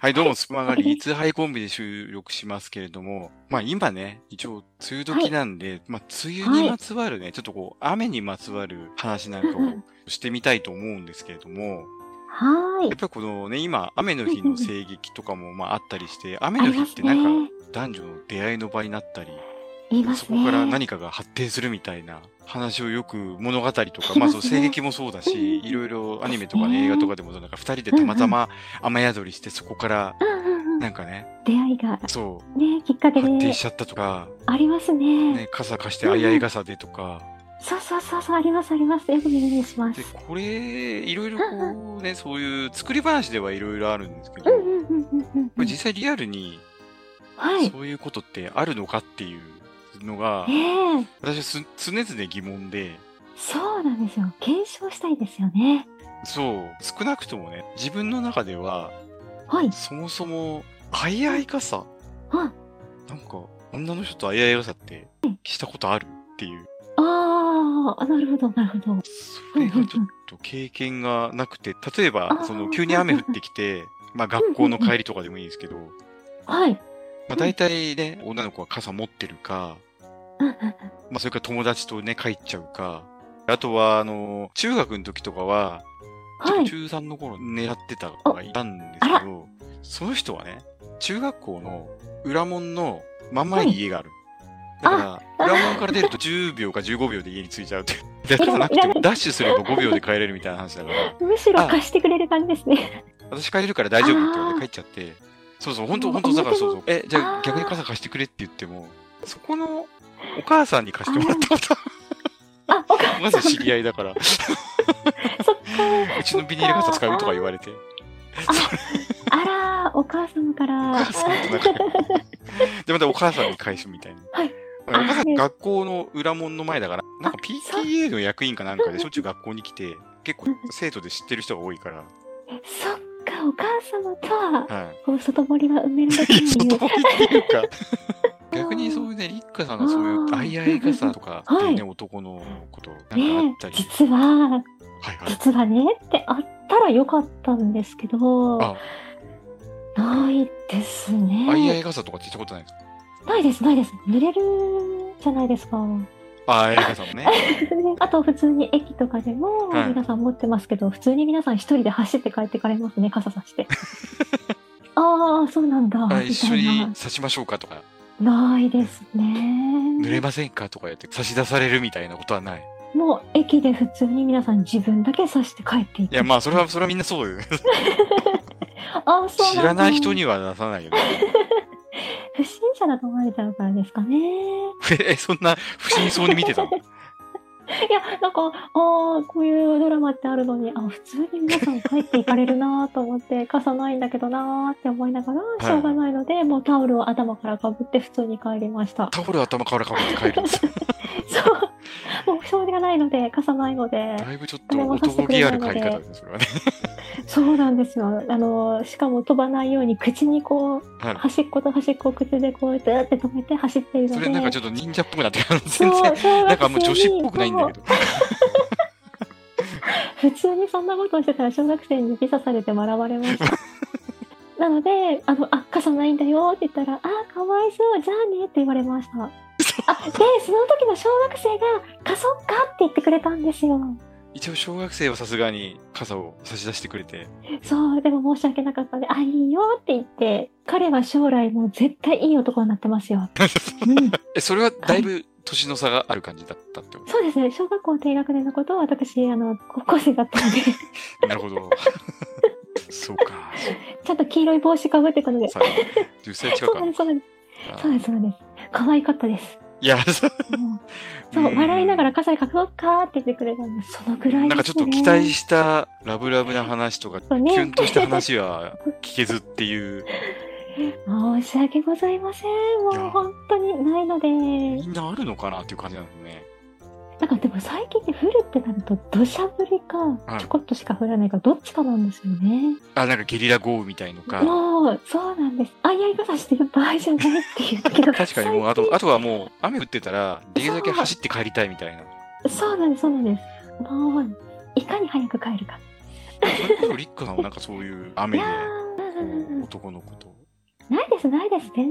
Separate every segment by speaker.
Speaker 1: はい、どうも、スプマガリー、ツーハイコンビで収録しますけれども、まあ今ね、一応、梅雨時なんで、まあ梅雨にまつわるね、ちょっとこう、雨にまつわる話なんか
Speaker 2: うんうん
Speaker 1: をしてみたいと思うんですけれども、
Speaker 2: はー
Speaker 1: やっ
Speaker 2: い。
Speaker 1: ぱりこのね、今、雨の日の声劇とかもまああったりして、雨
Speaker 2: あ
Speaker 1: の
Speaker 2: り
Speaker 1: 日
Speaker 2: ま
Speaker 1: っ
Speaker 2: す
Speaker 1: てな
Speaker 2: ね。
Speaker 1: んか男女の出会いの場になったり、
Speaker 2: 言います
Speaker 1: そ
Speaker 2: ね。
Speaker 1: こから何かが発展するみたいな話をよく物語とか、
Speaker 2: 聞き
Speaker 1: ま
Speaker 2: ますね
Speaker 1: あそう、声劇もそうだし、
Speaker 2: うん
Speaker 1: いろいろアニメとか
Speaker 2: です
Speaker 1: ね
Speaker 2: ね
Speaker 1: 映画とかでも、なんか二人でたまたま雨宿りして、そこから、
Speaker 2: うんうんうん
Speaker 1: なんかね、
Speaker 2: 出会いが
Speaker 1: そ
Speaker 2: ね、きっか
Speaker 1: う、
Speaker 2: け
Speaker 1: 発展
Speaker 2: で
Speaker 1: しちゃったとか、
Speaker 2: ありますね
Speaker 1: ね、傘貸してあいあい傘でとか、
Speaker 2: そうそうそうそう、ありますあります。よく耳にしま
Speaker 1: で、
Speaker 2: す。
Speaker 1: これ、いろいろこうね、そういう作り話ではいろいろあるんですけど、
Speaker 2: う
Speaker 1: こ
Speaker 2: んうんうんうんうんう
Speaker 1: れ実
Speaker 2: ん。
Speaker 1: 際リアルに
Speaker 2: はい。
Speaker 1: そういうことってあるのかっていうのが、
Speaker 2: ねえ、
Speaker 1: 私はす常々疑問で、
Speaker 2: そうなんですよ。検証したいですよね。
Speaker 1: そう、少なくともね、自分の中では、
Speaker 2: はい。
Speaker 1: そもそも、あいあい傘
Speaker 2: はい
Speaker 1: なんか、女の人とあいあい傘って、したことあるっていう。
Speaker 2: ああ、なるほど、なるほど。
Speaker 1: それがちょっと経験がなくて、例えば、
Speaker 2: あ
Speaker 1: その、急に雨降ってきて、 まあ学校の帰りとかでもいいんですけど、
Speaker 2: はい。
Speaker 1: まあ大体ね、女の子は傘持ってるか、
Speaker 2: うんうんうん
Speaker 1: まあそれから友達とね、帰っちゃうか、あとは、あの、中学の時とかは、ちょっと
Speaker 2: はい。
Speaker 1: 中3の頃狙ってた子がいたんですけど、その人はね、中学校の裏門の真ん前に家がある。だから、裏門から出ると10秒か15秒で家に着いち ゃうって。だからなくても、ダッシュすれば5秒で帰れるみたいな話だから、
Speaker 2: むしろ貸してくれる感じで すね。
Speaker 1: 私帰れるから大丈夫って言われて帰っちゃって、そうそう、本当本当だからそうそう。え、じゃあ逆に傘貸してくれって言っても、そこのお母さんに貸してもらったこと
Speaker 2: あ、おか
Speaker 1: は、まず知り合いだから、う
Speaker 2: そっか。
Speaker 1: ちのビニール傘使うとか言われて、
Speaker 2: あらー、お母様から。
Speaker 1: お母さんと仲良くで、またお母さんに返すみたいな。
Speaker 2: はい
Speaker 1: お母さん、
Speaker 2: あ
Speaker 1: 学校の裏門の前だから、なんか PTA の役員かなんかでしょっちゅう学校に来て、結構生徒で知ってる人が多いから、
Speaker 2: そっか、お母様とは、
Speaker 1: は
Speaker 2: こう外堀は埋められ
Speaker 1: い。
Speaker 2: て
Speaker 1: い
Speaker 2: る
Speaker 1: や、外
Speaker 2: の
Speaker 1: 堀っていうか、 逆にそういうね、立花さんがそういう、
Speaker 2: あー
Speaker 1: あいあい傘とかっていうね、男のこと、なんかあ
Speaker 2: ね
Speaker 1: っ、たり、
Speaker 2: 実は、
Speaker 1: はいはい。
Speaker 2: 実はねってあったらよかったんですけど、
Speaker 1: あ、
Speaker 2: ないです
Speaker 1: あいあ
Speaker 2: ね。
Speaker 1: い傘とかって言ったことないですか
Speaker 2: ないです、ないです。濡れるじゃないです か。
Speaker 1: ああいあい傘もね。
Speaker 2: あと、普通に駅とかでも
Speaker 1: はい
Speaker 2: 皆さん持ってますけど、普通に皆さん一人で走って帰ってかれますね、傘さして。 あ あ、そうなんだ。み
Speaker 1: あ
Speaker 2: た
Speaker 1: 一緒
Speaker 2: い
Speaker 1: に差しましょうかとか、
Speaker 2: な。ないですね。
Speaker 1: 濡れませんかとかやって差し出されるみたいなことはない。
Speaker 2: もう駅で普通に皆さん自分だけ刺して帰ってい
Speaker 1: い
Speaker 2: く。
Speaker 1: や、まあ、それは、 それはみんなそうよね。
Speaker 2: ああ、そうな
Speaker 1: 知
Speaker 2: んだ
Speaker 1: らない人には出さないよね。
Speaker 2: 不審者だと思われちゃうからですかね。い
Speaker 1: え、そんな不審そうに見てたの
Speaker 2: や、なんか、ああ、こういうドラマってあるのに、あ普通に皆さん帰っていかれるなと思って、 傘ないんだけどなーって思いながら、
Speaker 1: い
Speaker 2: しょうがないので、もうタオルを頭からかぶって普通に帰り ました。
Speaker 1: タオル頭からかぶって帰るん ですよ。
Speaker 2: そう。もうしょうがないので、傘ないので、
Speaker 1: だいぶちょっと男気ある帰り方ですね、それはね。
Speaker 2: そうなんですよ。あの、しかも飛ばないように口にこう、
Speaker 1: はい
Speaker 2: 端っこと端っこを口でこう、ずーって止めて走っているので。
Speaker 1: それなんかちょっと忍者っぽくなってるあの
Speaker 2: そう
Speaker 1: 全然。
Speaker 2: 小学 生
Speaker 1: なんかもう女子っぽくないんだけ
Speaker 2: ど
Speaker 1: ど。
Speaker 2: 普通にそんなことをしてたら小学生に指さされて笑われましたなので「あのあ傘ないんだよ」って言ったら「あかわいそうじゃあね」って言われましたあでその時の小学生が「貸そっか」って言ってくれたんですよ
Speaker 1: 一応小学生はさすがに傘を差し出してくれて。
Speaker 2: そうでも申し訳なかったんで「あいいよ」って言って彼は将来もう絶対いい男になってますよ、うん、
Speaker 1: え、それはだいぶ年の差がある感じだったってこ
Speaker 2: そうですね小学校低学年のことを私あの高校生だったので
Speaker 1: となるほど。 そうか。
Speaker 2: ちゃんと黄色い帽子かぶってたので
Speaker 1: さあ、10歳近
Speaker 2: そう
Speaker 1: く
Speaker 2: な
Speaker 1: あ
Speaker 2: ん
Speaker 1: る
Speaker 2: ですそうなんですそうです、そうです。可愛かったです。
Speaker 1: いや、そう
Speaker 2: もうそう、笑いながら傘に書こうかって言ってくれたんで、そのぐらい
Speaker 1: なん
Speaker 2: で
Speaker 1: か
Speaker 2: す
Speaker 1: ち
Speaker 2: ね
Speaker 1: ょっと期待したラブラブな話とか、キ
Speaker 2: そうね
Speaker 1: ュンとした話は聞けずって いう。
Speaker 2: 申し訳ございません。
Speaker 1: い
Speaker 2: も
Speaker 1: や
Speaker 2: う本当にないの
Speaker 1: み
Speaker 2: で。
Speaker 1: んなあるのかなっていう感じなんですね。
Speaker 2: なんかでも最近で降るってなると、土砂降り
Speaker 1: はい
Speaker 2: か、ちょこっとしか降らないか、どっちかなんですよね。
Speaker 1: あ、なんかゲリラ豪雨みたいのか。
Speaker 2: もう、そうなんです。あいあい傘してる場合じゃないっていうけど。
Speaker 1: 確かにもう、あと、あとはもう、雨降ってたら、できるだけ走って帰りたいみたいな。
Speaker 2: 最近そうなんです、そうなんです。もう、いかに早く帰るか。
Speaker 1: それこそリックさんはなんかそういう
Speaker 2: い
Speaker 1: 雨で
Speaker 2: やー、うんうん
Speaker 1: 男の子と。
Speaker 2: ないです、ないです。全
Speaker 1: い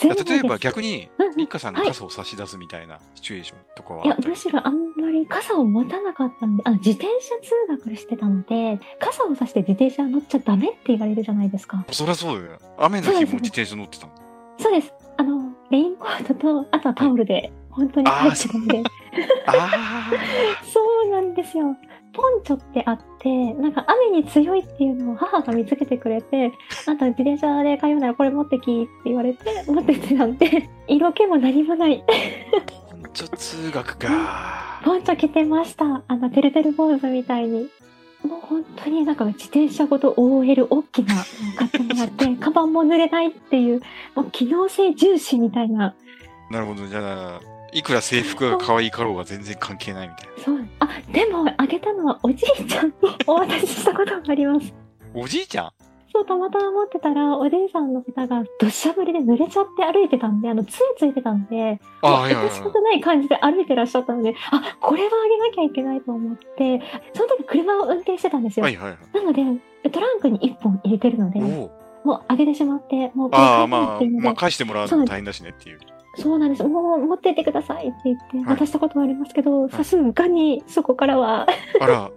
Speaker 2: 然
Speaker 1: や
Speaker 2: ないです。
Speaker 1: 例えば逆に、
Speaker 2: うんうん
Speaker 1: ミカさんが傘を差し出すみたいなシチュエーションとかはいあ
Speaker 2: や
Speaker 1: った
Speaker 2: む
Speaker 1: り
Speaker 2: しろあんまり傘を持たなかったんであ自転車通学してたので傘を差して自転車乗っちゃダメって言われるじゃないですか
Speaker 1: そりゃそうだよ。雨の日も自転車乗ってたの。
Speaker 2: そうですあのレインコートとあとはタオルで本当に入ってるんで
Speaker 1: あ
Speaker 2: そうなんですよポンチョってあってなんか雨に強いっていうのを母が見つけてくれてあんた自転車で通うならこれ持ってきって言われて持ってってなんて色気も何もない
Speaker 1: あ、ポンチョ通学か。
Speaker 2: ポンチョ着てました。あの、てるてる坊主みたいに。もう本当になんか自転車ごと OL 大きな買ってもら って、カバンも濡れないっていう、もう機能性重視みたいな。
Speaker 1: なるほど。じゃあ、いくら制服が可愛いかろうが全然関係ないみたいな。
Speaker 2: そう。あ、でもあげたのはおじいちゃんに お渡ししたことがあります。
Speaker 1: おじいちゃん
Speaker 2: そう、たまたま持ってたら、おじいさんの方が土砂降りで濡れちゃって歩いてたんで、あの、杖ついてたんで、
Speaker 1: ああ、いやいや
Speaker 2: 優
Speaker 1: い
Speaker 2: し
Speaker 1: や
Speaker 2: くない感じで歩いてらっしゃったので、あ、これはあげなきゃいけないと思って、その時車を運転してたんですよ。
Speaker 1: はいはいはい。
Speaker 2: なので、トランクに1本入れてるので、
Speaker 1: お
Speaker 2: も
Speaker 1: お。
Speaker 2: う上げてしまって、もう
Speaker 1: ああ、
Speaker 2: こ
Speaker 1: まあ、
Speaker 2: れ帰っていいので
Speaker 1: まあ、返してもらうのも大変だしねっていう。
Speaker 2: そうなんです。もう持ってってくださいって言って
Speaker 1: はい
Speaker 2: 渡したことはありますけど、さすがにそこからは
Speaker 1: あら、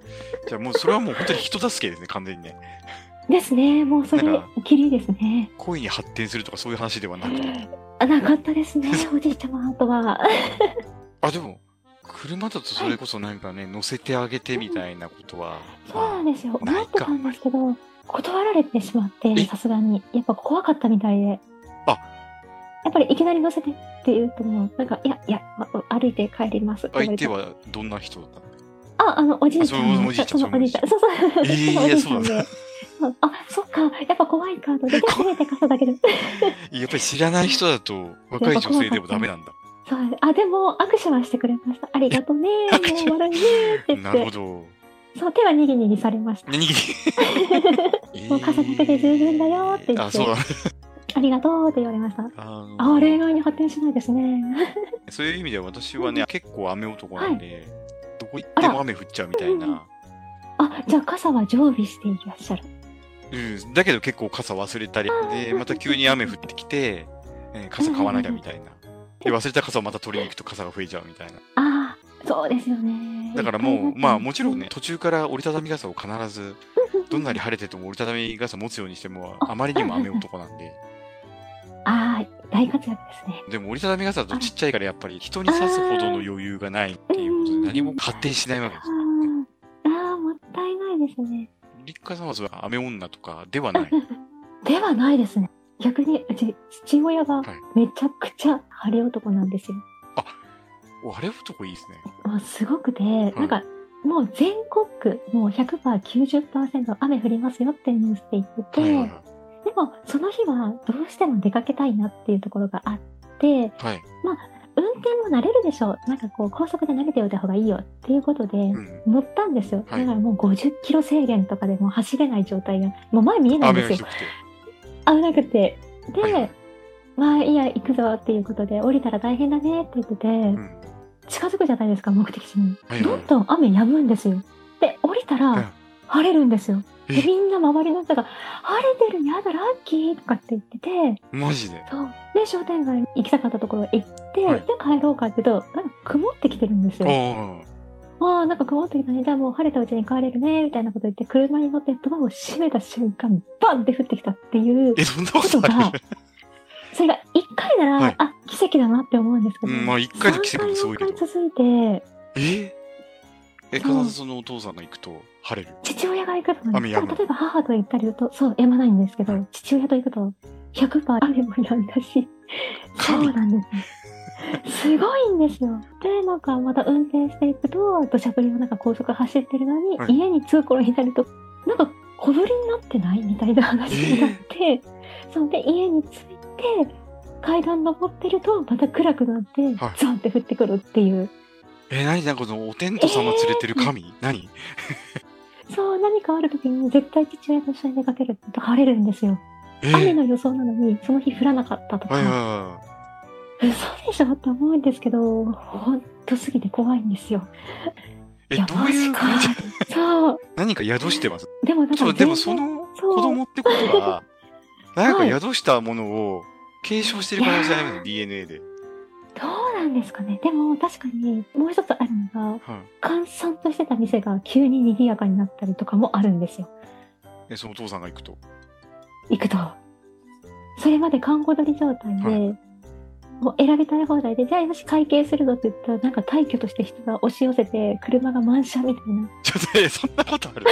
Speaker 1: じゃあもうそれはもう本当に人助けですね、完全にね。
Speaker 2: ですね、もうそれ
Speaker 1: なんか、
Speaker 2: きりですね。
Speaker 1: 恋に発展するとかそういう話ではなくて。
Speaker 2: あなかったですね、おじいちゃまとは。
Speaker 1: あ、でも、車だとそれこそなんかね、乗せてあげてみたいなことは。
Speaker 2: そうなんですよ。
Speaker 1: な
Speaker 2: 思
Speaker 1: い
Speaker 2: って
Speaker 1: か
Speaker 2: たんですけど、断られてしまって
Speaker 1: え、
Speaker 2: さすがに。やっぱ怖かったみたいで。
Speaker 1: あ
Speaker 2: やっぱりいきなり乗せてって言うともう、なんか、いや、いや、あ歩いて帰ります。
Speaker 1: 相手はどんな人だったの
Speaker 2: あ、あの、おじいちゃ
Speaker 1: あそ
Speaker 2: ん
Speaker 1: う
Speaker 2: の。
Speaker 1: おじいちゃん
Speaker 2: その
Speaker 1: そう
Speaker 2: おじいちゃん。そうそう。
Speaker 1: えー
Speaker 2: そのおじい
Speaker 1: そ
Speaker 2: ちゃん
Speaker 1: う
Speaker 2: で。そうあ、そっか。やっぱ怖いカードで、 で初めて傘だけど。
Speaker 1: やっぱり知らない人だと若い女性でもダメなんだ。
Speaker 2: そう。あ、でも、握手はしてくれました。ありが とね
Speaker 1: 握手
Speaker 2: ー。もう悪いねーって言
Speaker 1: なる
Speaker 2: っ
Speaker 1: ほ
Speaker 2: て。
Speaker 1: ど。
Speaker 2: そう、手はにぎにぎされました。
Speaker 1: ねにぎ り。
Speaker 2: もう家族で十分だよって言って
Speaker 1: あ、そうだね。
Speaker 2: ありがとうって言われました。
Speaker 1: あの
Speaker 2: あ、恋愛に発展しないですね。
Speaker 1: そういう意味では私はね、結構雨男なんで、どこ行っても雨降っちゃうみたいな。
Speaker 2: あ、じゃあ傘は常備していらっしゃる。
Speaker 1: うん、だけど結構傘忘れたり
Speaker 2: あ、ー
Speaker 1: で、また急に雨降ってきて、えー傘買わなきゃみたいな。で、忘れた傘をまた取りに行くと傘が増えちゃうみたいな。
Speaker 2: ああ、そうですよね。
Speaker 1: だからもう、まあもちろん
Speaker 2: う
Speaker 1: ね、途中から折りたたみ傘を必ず、どんなに晴れてても折りたたみ傘持つようにしても、あまりにも雨男なんで。
Speaker 2: ああ、大活躍ですね。
Speaker 1: でも折りたたみ傘だとちっちゃいからやっぱり人に刺すほどの余裕がないっていうことで
Speaker 2: うん
Speaker 1: 何も発展しないわけ
Speaker 2: あ
Speaker 1: です。
Speaker 2: あ、ああ、もったいないですね。
Speaker 1: 立花さんはそれは雨女とかではない。
Speaker 2: ではないですね。逆に、うち、父親が
Speaker 1: い
Speaker 2: めちゃくちゃ晴れ男なんですよ。
Speaker 1: おあれ男いいですね。
Speaker 2: もうすごくて、なんか、もう全国、もう100%、90%雨降りますよってニュースで言ってて、
Speaker 1: はいはいは
Speaker 2: でも、その日はどうしても出かけたいなっていうところがあって、
Speaker 1: い。はい。
Speaker 2: 運転も慣れるでしょうなんかこう高速で慣れておいた方がいいよっていうことで、
Speaker 1: うん。
Speaker 2: 乗ったんですよ、
Speaker 1: はい
Speaker 2: だからもう50キロ制限とかでもう走れない状態がもう前見えないん
Speaker 1: 雨
Speaker 2: で
Speaker 1: が
Speaker 2: す
Speaker 1: ひ
Speaker 2: よ
Speaker 1: どくて。
Speaker 2: 危なくてで、
Speaker 1: はいはい
Speaker 2: まあいいや行くぞっていうことで降りたら大変だねって言ってて、
Speaker 1: うん。
Speaker 2: 近づくじゃないですか目的地に、
Speaker 1: はいはい
Speaker 2: どんどん雨止むんですよで降りたら、
Speaker 1: うん
Speaker 2: 晴れるんですよで
Speaker 1: え
Speaker 2: みんな周りの人が「晴れてるやだラッキー」とかって言ってて
Speaker 1: マジで。
Speaker 2: そう。で、商店街に行きたかったところ行って、
Speaker 1: はい
Speaker 2: で、帰ろうかって言うと、なんか曇ってきてるんです
Speaker 1: お
Speaker 2: よ。
Speaker 1: ー
Speaker 2: ああ、なんか曇ってきたね。じゃあもう晴れたうちに帰れるね、みたいなこと言って、車に乗ってドアを閉めた瞬間、バンって降ってきたっていう
Speaker 1: え、そんなこ
Speaker 2: ことと
Speaker 1: あ
Speaker 2: が
Speaker 1: る、
Speaker 2: それが一回なら、
Speaker 1: はい
Speaker 2: あ、奇跡だなって思うんですけど、
Speaker 1: うんまあ一回の奇跡もすごいけど
Speaker 2: 3回続いて、
Speaker 1: ええ、必
Speaker 2: そう
Speaker 1: ずそのお父さんが行くと晴れる。
Speaker 2: 父親が行くとね、
Speaker 1: 雨やむ
Speaker 2: 例えば母と行ったりすると、そう、やまないんですけど、
Speaker 1: はい
Speaker 2: 父親と行くと、100%雨もやんだし、そう
Speaker 1: 神
Speaker 2: なんです。すごいんですよ。で、なんかまた運転していくと、土砂降りの中高速走ってるのに、
Speaker 1: はい
Speaker 2: 家に通行になると、なんか小降りになってないみたいな話になって、そんで家に着いて、階段登ってると、また暗くなって、
Speaker 1: はい
Speaker 2: ザンって降ってくるっていう。
Speaker 1: え、何なんかそのお天道様連れてる神何
Speaker 2: そう、何かある時に絶対父親と一緒に出かけると晴れるんですよ。
Speaker 1: え
Speaker 2: 雨
Speaker 1: ー
Speaker 2: の予想なのに、その日降らなかったとか、
Speaker 1: はいはいは
Speaker 2: 嘘でしょって思うんですけど、本当すぎて怖いんですよ。
Speaker 1: い。え、
Speaker 2: いや
Speaker 1: どういう感じ
Speaker 2: そう。
Speaker 1: 何か宿してます
Speaker 2: でもなんか
Speaker 1: そう、でもそ
Speaker 2: 全然
Speaker 1: の
Speaker 2: そう
Speaker 1: 子供ってことは、なん
Speaker 2: は
Speaker 1: か
Speaker 2: い
Speaker 1: 宿したものを継承してる可能性あります
Speaker 2: いや
Speaker 1: ね、DNA で。
Speaker 2: どうなんですかね。でも確かにもう一つあるのが、
Speaker 1: はい。
Speaker 2: 閑散としてた店が急に賑やかになったりとかもあるんですよ。
Speaker 1: え、そのお父さんが行くと。
Speaker 2: 行くと。それまで看護取り状態で、
Speaker 1: は
Speaker 2: もう選びたい放題で、じゃあよし会計するぞって言ったら、なんか退去として人が押し寄せて、車が満車みたいな。
Speaker 1: ちょっと、え、そんなことある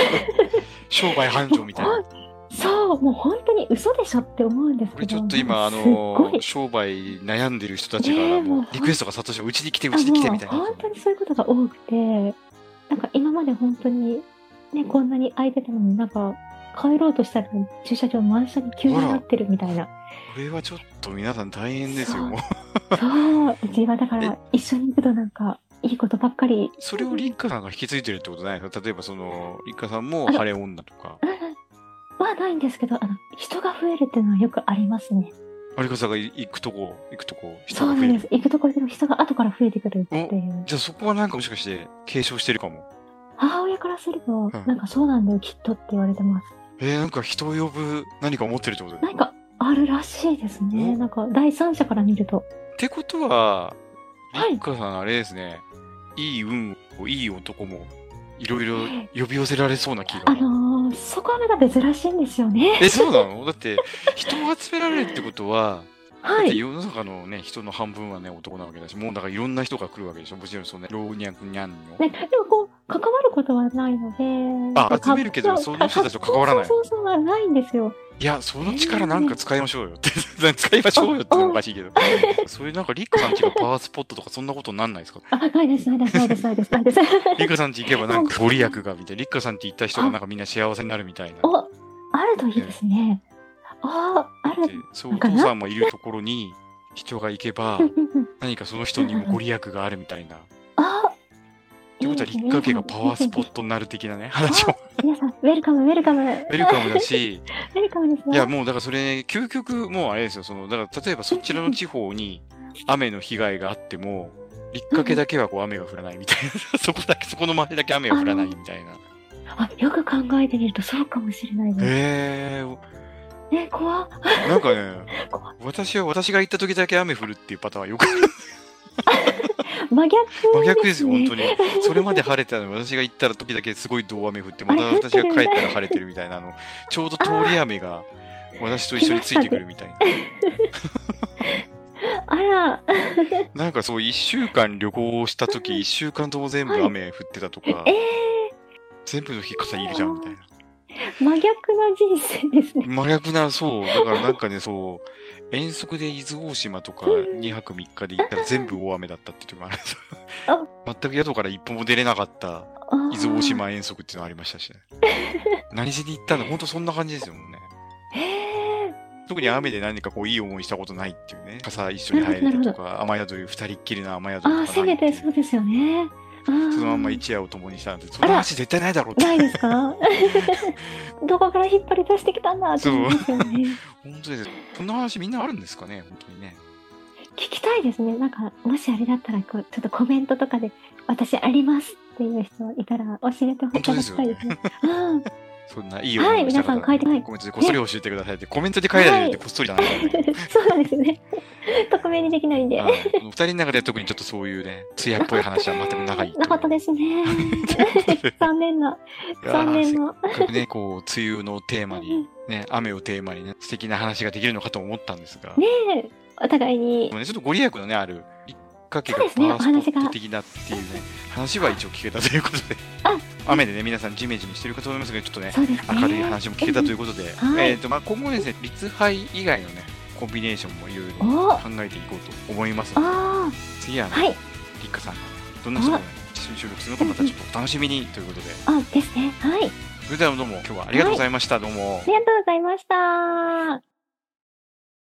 Speaker 1: 商売繁盛みたい な。
Speaker 2: そう、もう本当に嘘でしょって思うんですけど。
Speaker 1: これちょっと今、あ
Speaker 2: すっご
Speaker 1: の
Speaker 2: い
Speaker 1: ー、商売悩んでる人たち
Speaker 2: ね
Speaker 1: が、
Speaker 2: え
Speaker 1: も
Speaker 2: もう
Speaker 1: う、リクエストが殺到して、うちに来て、う
Speaker 2: あ
Speaker 1: ちに来て、みたい
Speaker 2: もう
Speaker 1: な
Speaker 2: 本。当にそういうことが多くて、なんか今まで本当に、ね、こんなに空いてたのになんか、帰ろうとしたら駐車場満車に急になってるみたいな。
Speaker 1: これはちょっと皆さん大変ですよ。
Speaker 2: そう
Speaker 1: もう
Speaker 2: そう、うちはだから一緒に行くとなんか、いいことばっかり。
Speaker 1: それをリッカさんが引き継いでるってことないですか例えば、その、リッカさんも晴れ女とか、
Speaker 2: うんはないんですけど、あの、人が増えるっていうのはよくありますね。
Speaker 1: 有リカさんが行くとこ、行くとこ、
Speaker 2: そ
Speaker 1: 人
Speaker 2: う
Speaker 1: が増
Speaker 2: な
Speaker 1: え
Speaker 2: ん
Speaker 1: る
Speaker 2: で。す。行くところでも人が後から増えてくるっていう。
Speaker 1: じゃあそこはなんかもしかして継承してるかも。
Speaker 2: 母親からすると、
Speaker 1: ん
Speaker 2: なんかそうなんだよ、きっとって言われてます。
Speaker 1: えー、なんか人を呼ぶ何かを持ってるってことだよ
Speaker 2: なんか、あるらしいですね。
Speaker 1: お
Speaker 2: なんか、第三者から見ると。
Speaker 1: ってことは、
Speaker 2: は
Speaker 1: リ
Speaker 2: い
Speaker 1: ッカさんあれですね、い、い運を、いい男も、いろいろ呼び寄せられそうな気
Speaker 2: あ
Speaker 1: が。
Speaker 2: のー、そこはまだ珍しいんですよね。
Speaker 1: え、そうなのだって、人を集められるってことは、
Speaker 2: は
Speaker 1: だって
Speaker 2: い。
Speaker 1: 世の中のね、人の半分はね、男なわけだし、もうだからいろんな人が来るわけでしょ。もちろんそのね、老若にゃんにゃんの。
Speaker 2: ね、でもこう、関わることはないので。
Speaker 1: あ
Speaker 2: なんか
Speaker 1: 集めるけどそういう人たちと関わらない
Speaker 2: そうそうそうそうはないんですよ。
Speaker 1: いや、その力なんか使いましょうよって、使いましょうよって のもおかしいけど。そういうなんか、リッカさんちのパワースポットとかそんなことになんないで すか
Speaker 2: あ、ないです、ないです、ないです、ないです、な いです。
Speaker 1: リッカさんち行けばなんかご利益がみたいな。リッカさんち行った人がなんかみんな幸せになるみたいな。
Speaker 2: お、あるといいですね。ああ、あ
Speaker 1: で
Speaker 2: る。
Speaker 1: そう、お父さんもいるところに人が行けば、何かその人にもご利益があるみた いな。っ
Speaker 2: あ
Speaker 1: てことは、リッカ家がパワースポットになる的なね、話 も。
Speaker 2: 皆さん、ウェルカム、ウェルカム。ウ
Speaker 1: ウェルカムだし、
Speaker 2: ェルカムですね。
Speaker 1: いや、もうだからそれ、究極もうあれですよ。その、だから例えばそちらの地方に雨の被害があっても、リッカ家だけはこう雨が降らないみたいな。そこだけ、そこの周りだけ雨が降らないみたいな。
Speaker 2: あ、よく考えてみるとそうかもしれないです。
Speaker 1: へえー、
Speaker 2: ね、怖っ。
Speaker 1: なんかね、私は私が行った時だけ雨降るっていうパターンはよくある。
Speaker 2: 真逆、
Speaker 1: 真逆ですよ、本当に。
Speaker 2: に
Speaker 1: それまで晴れてたのに私が行ったら時だけすごい大雨 降って、また私が帰ったら晴れてるみたいな、あの、ちょうど通り雨が私と一緒についてくるみたいな。
Speaker 2: あら、
Speaker 1: なんかそう、一週間旅行した時、一週間とも全部雨降ってたとか
Speaker 2: え、
Speaker 1: 全部の日傘いるじゃんみたいな。
Speaker 2: ー、真逆な人生ですね。
Speaker 1: 真逆な、そう、だからなんかね、そう、遠足で伊豆大島とか2泊3日で行ったら全部大雨だったって時もあるんです よ全く宿から一歩も出れなかった伊豆大
Speaker 2: あ
Speaker 1: 島遠足っていうのありましたし ね。何しに行ったの本当そんな感じですよもんね。
Speaker 2: ー。え
Speaker 1: 特に雨で何かこういい思いしたことないっていうね。傘一緒に入れたとか、雨宿り、二人っきりの雨宿り
Speaker 2: ー、
Speaker 1: とか
Speaker 2: あ
Speaker 1: な
Speaker 2: ー、
Speaker 1: い
Speaker 2: せめてそうですよね。あー
Speaker 1: そのまんま一夜を共にしたなんて、そんな話絶対ないだろうって。
Speaker 2: ないです かどこから引っ張り出してきたんだって思いますよね。
Speaker 1: 本当ですよ。こんな話みんなあるんですかね本当にね。
Speaker 2: 聞きたいですね。なんか、もしあれだったら、こう、ちょっとコメントとかで、私ありますっていう人いたら、教えていただきたいですね。うん。
Speaker 1: そんないい思いをした方
Speaker 2: はい皆さん書いてない
Speaker 1: コメントでこっそり教えてくださいって。コメントで書いてあるでこっそりじゃないからね。
Speaker 2: そうなんですね。匿名にできないんで。
Speaker 1: はいこの二人の中では特にちょっとそういうね、艶っぽい話は全く 長い。
Speaker 2: なかったですね。 残念な、
Speaker 1: いやー
Speaker 2: 残念な。
Speaker 1: せっかくね、こう、梅雨のテーマに、ね、雨をテーマにね、素敵な話ができるのかと思ったんですが、
Speaker 2: ねえ、お互い
Speaker 1: で
Speaker 2: に。
Speaker 1: もね、ちょっとご利益のね、ある、きっかけが
Speaker 2: そ
Speaker 1: パ
Speaker 2: うですね
Speaker 1: ワースポ
Speaker 2: お
Speaker 1: ッ
Speaker 2: 話
Speaker 1: ト
Speaker 2: が
Speaker 1: 的だっていうね、話は一応聞けたということで
Speaker 2: あ、
Speaker 1: 雨でね、皆さんジメジメしてるかと思いますけど、ちょっとね、
Speaker 2: そうですね。
Speaker 1: 明るい話も聞けたということで、
Speaker 2: はい
Speaker 1: えっと、まあ、今後ですね、立杯以外のね、コンビネーションもいろいろ
Speaker 2: お
Speaker 1: 考えていこうと思いますので、
Speaker 2: あ
Speaker 1: 次は
Speaker 2: あ、
Speaker 1: ね、
Speaker 2: はい。
Speaker 1: 立花さんがどんな人がね収録するのかまたちょっとお楽しみにということで、
Speaker 2: あ、ですね。はい。
Speaker 1: それではどうも今日はありがとうございました。どうも。
Speaker 2: ありがとうございました。